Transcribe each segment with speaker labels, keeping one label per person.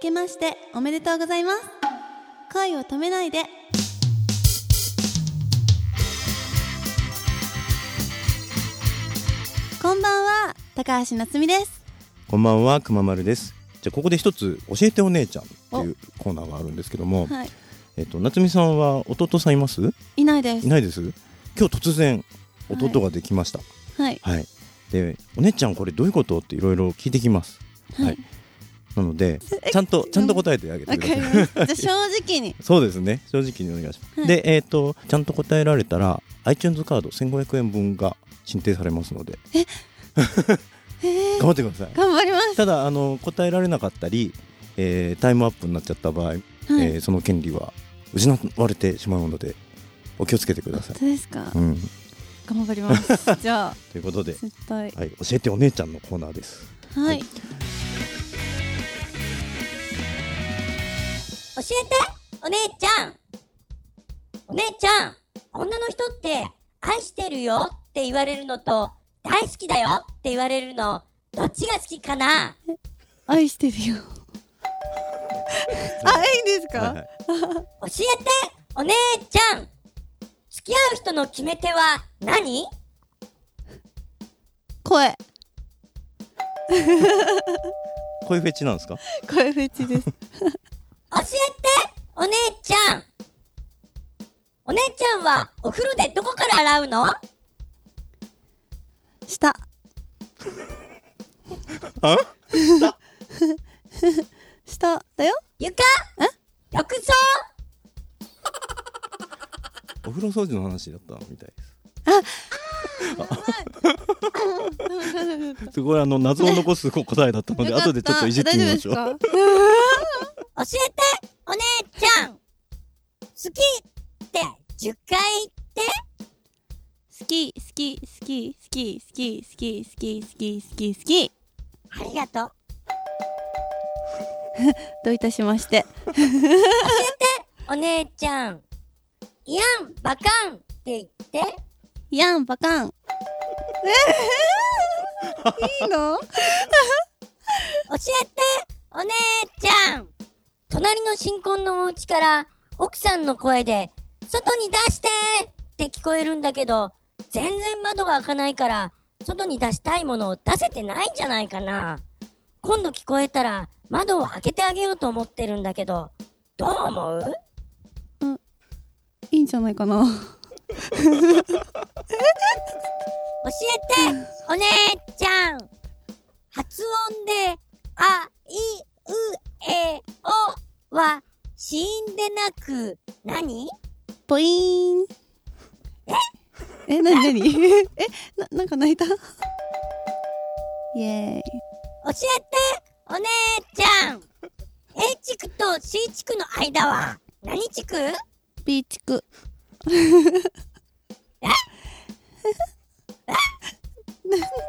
Speaker 1: けましておめでとうございます恋を止めないでこんばんは高橋夏実です
Speaker 2: こんばんは、くままるです。じゃあ、ここで一つ、教えてお姉ちゃんっていうコーナーがあるんですけども、
Speaker 1: はい
Speaker 2: えっと、夏美さんは弟さんいます
Speaker 1: いないです
Speaker 2: いないです今日突然、弟ができました。
Speaker 1: はい
Speaker 2: はい。で、お姉ちゃんこれどういうことっていろいろ聞いてきます。
Speaker 1: はい
Speaker 2: なので、ちゃんと、ちゃんと答えてあげて
Speaker 1: わ
Speaker 2: く
Speaker 1: か
Speaker 2: ださ
Speaker 1: り
Speaker 2: い。
Speaker 1: ましたじゃあ正直に
Speaker 2: そうですね。正直にお願いします。
Speaker 1: はい
Speaker 2: で、えっ、と、ちゃんと答えられたら、iTunes カード1500円分が申請されますので、
Speaker 1: へー
Speaker 2: 頑張ってください。
Speaker 1: 頑張りま
Speaker 2: ただあの答えられなかったり、えータイムアップになっちゃった場合、
Speaker 1: すはい、
Speaker 2: えーその権利は失われてしまうのでお気をつけてくださ
Speaker 1: 本
Speaker 2: い。
Speaker 1: 当ですか
Speaker 2: うん、
Speaker 1: 頑張りますじゃあ
Speaker 2: ということで、
Speaker 1: 絶対
Speaker 2: はい、教えてお姉ちゃんのコーナーです。
Speaker 1: は
Speaker 2: はいい
Speaker 3: 教えてお姉ちゃんお姉ちゃん女の人って愛してるよって言われるのと大好きだよって言われるのどっちが好きかな
Speaker 1: 愛してるよあいいんですか、
Speaker 2: はいはい、
Speaker 3: 教えてお姉ちゃん付き合う人の決め手は何
Speaker 1: 声
Speaker 2: 声フェチなんですか？
Speaker 1: 声フェチです
Speaker 3: 教えてお姉ちゃんお姉ちゃんはお風呂でどこから洗うの
Speaker 1: 下
Speaker 2: あ？
Speaker 1: 下だよ
Speaker 3: 床浴槽
Speaker 2: お風呂掃除の話だったみたいです。すごいあの謎を残す答えだったので、
Speaker 1: よか
Speaker 2: 後でちょっといじってみましょう。
Speaker 1: 大丈夫です
Speaker 3: 教えてお姉ちゃん好きって10回言って
Speaker 1: か好き好き好き好き好き好き好き好き好き好き
Speaker 3: ありがとう。
Speaker 1: どういたしまして
Speaker 3: お姉ちゃん。いやん、バカンって言って。
Speaker 1: やんバカンえー、いいの
Speaker 3: 教えて、お姉ちゃん。隣の新婚のお家から奥さんの声で、外に出してって聞こえるんだけど、全然窓が開かないから、外に出したいものを出せてないんじゃないかな。今度聞こえたら、窓を開けてあげようと思ってるんだけど、どう思う
Speaker 1: いいんじゃないかな
Speaker 3: 教えて、お姉ちゃん。発音で、あ、い、う、え、おは、死んでなく、何
Speaker 1: ポイーンえなになにえななんか泣いたイエーイ
Speaker 3: 教えて、お姉ちゃん。A 地区と C 地区の間は、何地区
Speaker 1: B 地区
Speaker 3: 教えて、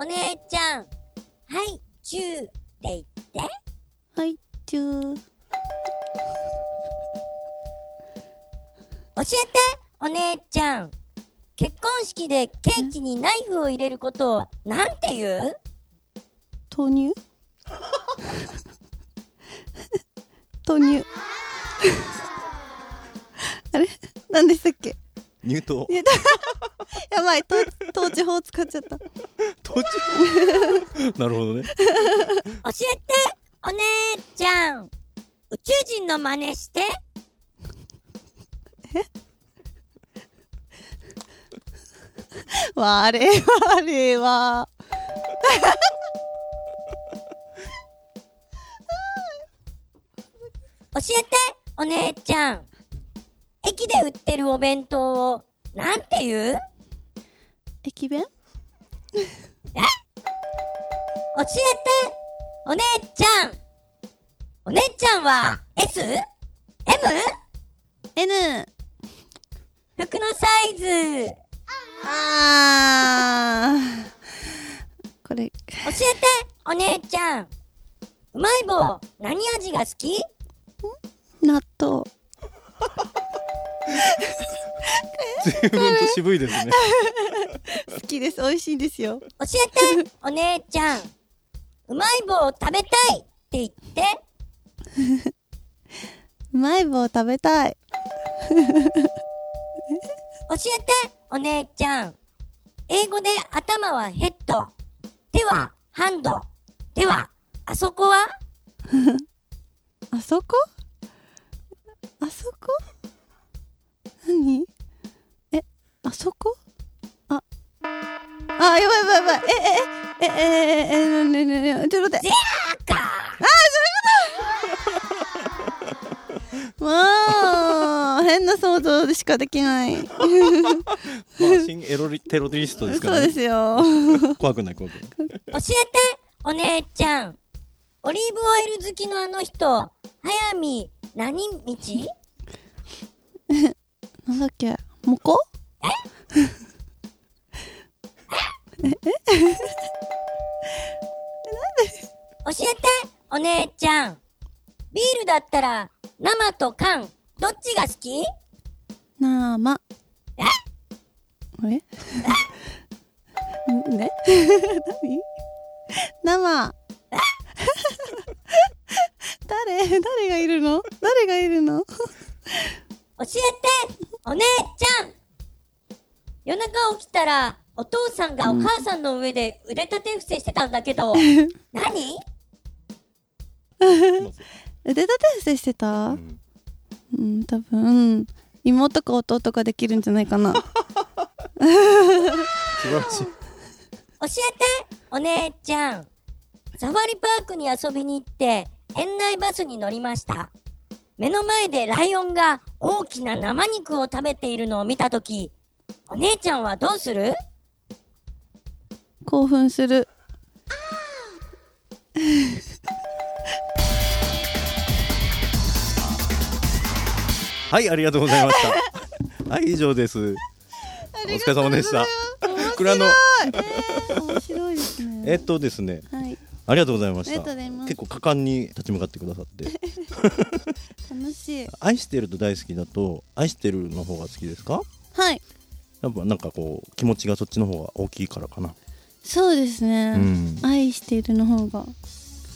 Speaker 3: お姉ちゃん。はい、チューって言って。
Speaker 1: はいチュー
Speaker 3: 教えて、お姉ちゃん。結婚式でケーキにナイフを入れることを、なんて言う
Speaker 1: 豆乳豆乳あれ何でしたっけ
Speaker 2: 入刀。
Speaker 1: ややばいと統治法使っちゃった
Speaker 2: 途中。 なるほどね。
Speaker 3: 教えて、お姉ちゃん。宇宙人の真似して。
Speaker 1: 我々は
Speaker 3: 教えて、お姉ちゃん。駅で売ってるお弁当を、なんて言う
Speaker 1: 駅弁
Speaker 3: 教えて、お姉ちゃん。お姉ちゃんは、S?M?
Speaker 1: N
Speaker 3: 服のサイズ。
Speaker 1: あーこれ
Speaker 3: 教えて、お姉ちゃん。うまい棒、何味が好き
Speaker 1: 納豆
Speaker 2: 随分と渋いで すね。
Speaker 1: 好きです美味しいんですよ
Speaker 3: 教えて、お姉ちゃん。うまい棒を食べたいって言って、
Speaker 1: うまい棒食べたい。
Speaker 3: 教えて、お姉ちゃん。英語で頭はヘッド、手はハンド、では、あそこは
Speaker 1: あそこあそこ何え、あそこあ、あ、やばいやばいやばい。え、え、え、え、え、え、え、ねねね、ちょっと待って。
Speaker 3: 赤
Speaker 1: もう、変な想像しかできない。
Speaker 2: まあ、新エロリテロリストですか
Speaker 1: そう
Speaker 2: ら
Speaker 1: で
Speaker 2: ね。
Speaker 1: すよ。
Speaker 2: 怖くない、怖くない。
Speaker 3: 教えて、お姉ちゃん。オリーブオイル好きのあの人、早見何道
Speaker 1: なんだっけモコ
Speaker 3: 教えて、お姉ちゃん。ビールだったら、生と缶、どっちが好き
Speaker 1: なーま。 ええね何生誰誰がいるの誰がいるの
Speaker 3: 教えて、お姉ちゃん。夜中起きたら、お父さんがお母さんの上で腕立て伏せしてたんだけど、何
Speaker 1: 腕立て伏せして
Speaker 2: う
Speaker 1: た
Speaker 2: ん
Speaker 1: うん、多分。妹か弟かできるんじゃない かな。
Speaker 2: 素晴らしい。
Speaker 3: 教えて、お姉ちゃん。サファリパークに遊びに行って、園内バスに乗りました。目の前でライオンが大きな生肉を食べているのを見たとき、お姉ちゃんはどうする
Speaker 1: 興奮する。
Speaker 2: はい、ありがとうござい ました。はい、以上です。お疲れ様でした。蔵の、
Speaker 1: えー面白いですね。
Speaker 2: えっとですね、
Speaker 1: はい。
Speaker 2: ありがとうございまし
Speaker 1: あり
Speaker 2: た。
Speaker 1: がとうございます
Speaker 2: 結構果敢に立ち向かってくださって。
Speaker 1: 楽しい。
Speaker 2: 愛してると大好きだと、愛してるの方が好きですか
Speaker 1: はい。
Speaker 2: やっぱなんかこう、気持ちがそっちの方が大きいからかな。
Speaker 1: そうですね。
Speaker 2: うん
Speaker 1: 愛しているの方が。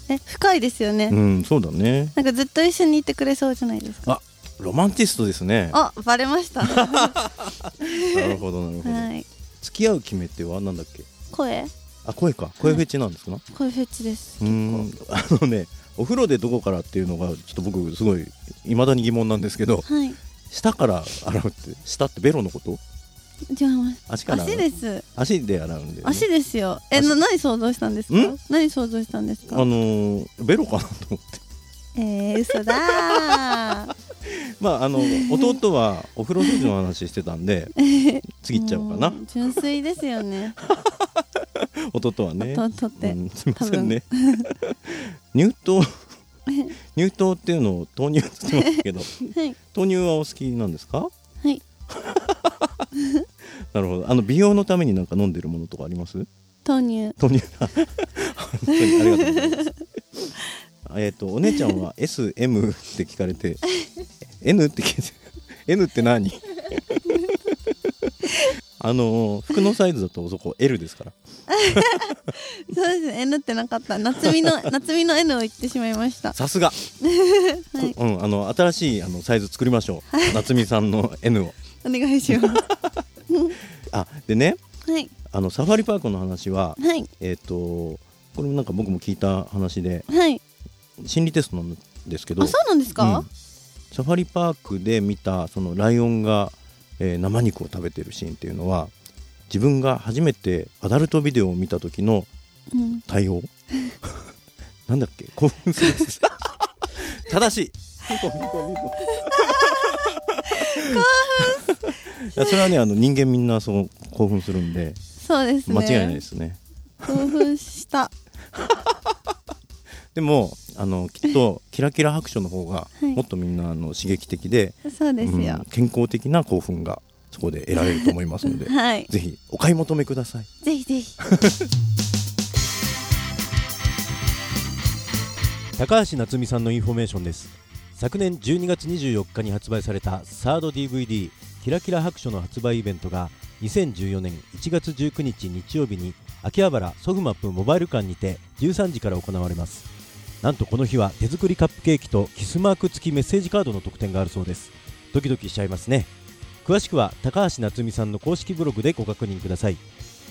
Speaker 1: え、深いですよね。
Speaker 2: うん、そうだね。
Speaker 1: なんかずっと一緒にいてくれそうじゃないですか。
Speaker 2: あ、ロマンティストですね。
Speaker 1: あ、バレました。 は
Speaker 2: なるほど、なるほど。
Speaker 1: い。
Speaker 2: 付き合う決め手はなんだっけ
Speaker 1: 声。
Speaker 2: あ、声か。声フェチなんですか
Speaker 1: 声フェチです。
Speaker 2: うーんあのねお風呂でどこからっていうのがちょっと僕すごい未だに疑問なんですけど
Speaker 1: はい。
Speaker 2: 下から洗うって下ってベロのこと
Speaker 1: じゃあ、
Speaker 2: 足から
Speaker 1: 足
Speaker 2: 洗う
Speaker 1: です。
Speaker 2: 足で洗うんで、
Speaker 1: 足ですよ。え、な、何想像したんですか
Speaker 2: ん。
Speaker 1: 何想像したんですか
Speaker 2: あの。ーベロかなと思って
Speaker 1: えー、嘘だ ー。
Speaker 2: まああの弟はお風呂掃除の話してたんで 次行っちゃおうかな
Speaker 1: も純粋ですよね。
Speaker 2: 弟はね
Speaker 1: 弟って
Speaker 2: うん、すみませんね 乳糖乳糖っていうのを豆乳って言ってますけど
Speaker 1: はい。
Speaker 2: 豆乳はお好きなんですか
Speaker 1: はい。
Speaker 2: なるほどあの美容のためになんか飲んでるものとかあります
Speaker 1: 豆乳。
Speaker 2: トニーさん本当にありがとうございます。えっとお姉ちゃんは S M って聞か れて N って聞いて N って何？あのー服のサイズだとそこ L ですから。
Speaker 1: そうですね。N ってなかった。夏 美の、夏美の N を言ってしまいました。
Speaker 2: さすが。こうんあの新しいあのサイズ作りましょう。夏美さんの N を。
Speaker 1: お願いしま
Speaker 2: あでね
Speaker 1: す。はい。
Speaker 2: あのサファリパークの話は
Speaker 1: はい。
Speaker 2: えっ、とこれもなんか僕も聞いた話で
Speaker 1: はい。
Speaker 2: 心理テストなんですけど。
Speaker 1: あ、そうなんです
Speaker 2: う
Speaker 1: か
Speaker 2: ん。サファリパークで見たそのライオンが、えー生肉を食べてるシーンっていうのは自分が初めてアダルトビデオを見た時の
Speaker 1: うん。
Speaker 2: 対 応なんだっけ興奮する正しいいやそれはねあの人間みんなそう興奮するんで
Speaker 1: そうですね。
Speaker 2: 間違いないですね
Speaker 1: 興奮した。
Speaker 2: でもあのきっとキラキラ白書の方が
Speaker 1: はい
Speaker 2: もっとみんなあの刺激的で、
Speaker 1: そうです
Speaker 2: うん
Speaker 1: よ。
Speaker 2: 健康的な興奮がそこで得られると思います ので
Speaker 1: はい。
Speaker 2: ぜひお買い求めください。
Speaker 1: ぜひぜひ。
Speaker 4: 高橋夏実さんのインフォメーションです昨年12月24日に発売されたサード DVD「キラキラ白書」の発売イベントが2014年1月19日日曜日に
Speaker 2: 秋葉原ソフマップモバイル館にて13時から行われますなんとこの日は手作りカップケーキとキスマーク付きメッセージカードの特典があるそうですドキドキしちゃいますね詳しくは高橋夏実さんの公式ブログでご確認ください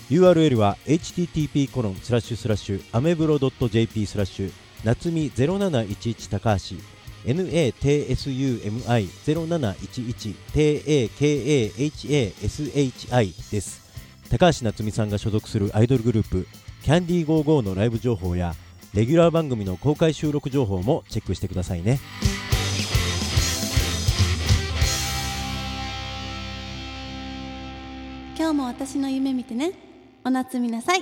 Speaker 2: URL は http コロンスラッシュスラッシュアメブロ .jp スラッシュ夏み0711高橋 natsumi0711takahashi です高橋夏実さんが所属するアイドルグループキャンディー55のライブ情報やレギュラー番組の公開収録情報もチェックしてくださいね
Speaker 1: 今日も私の夢見てねお夏みなさい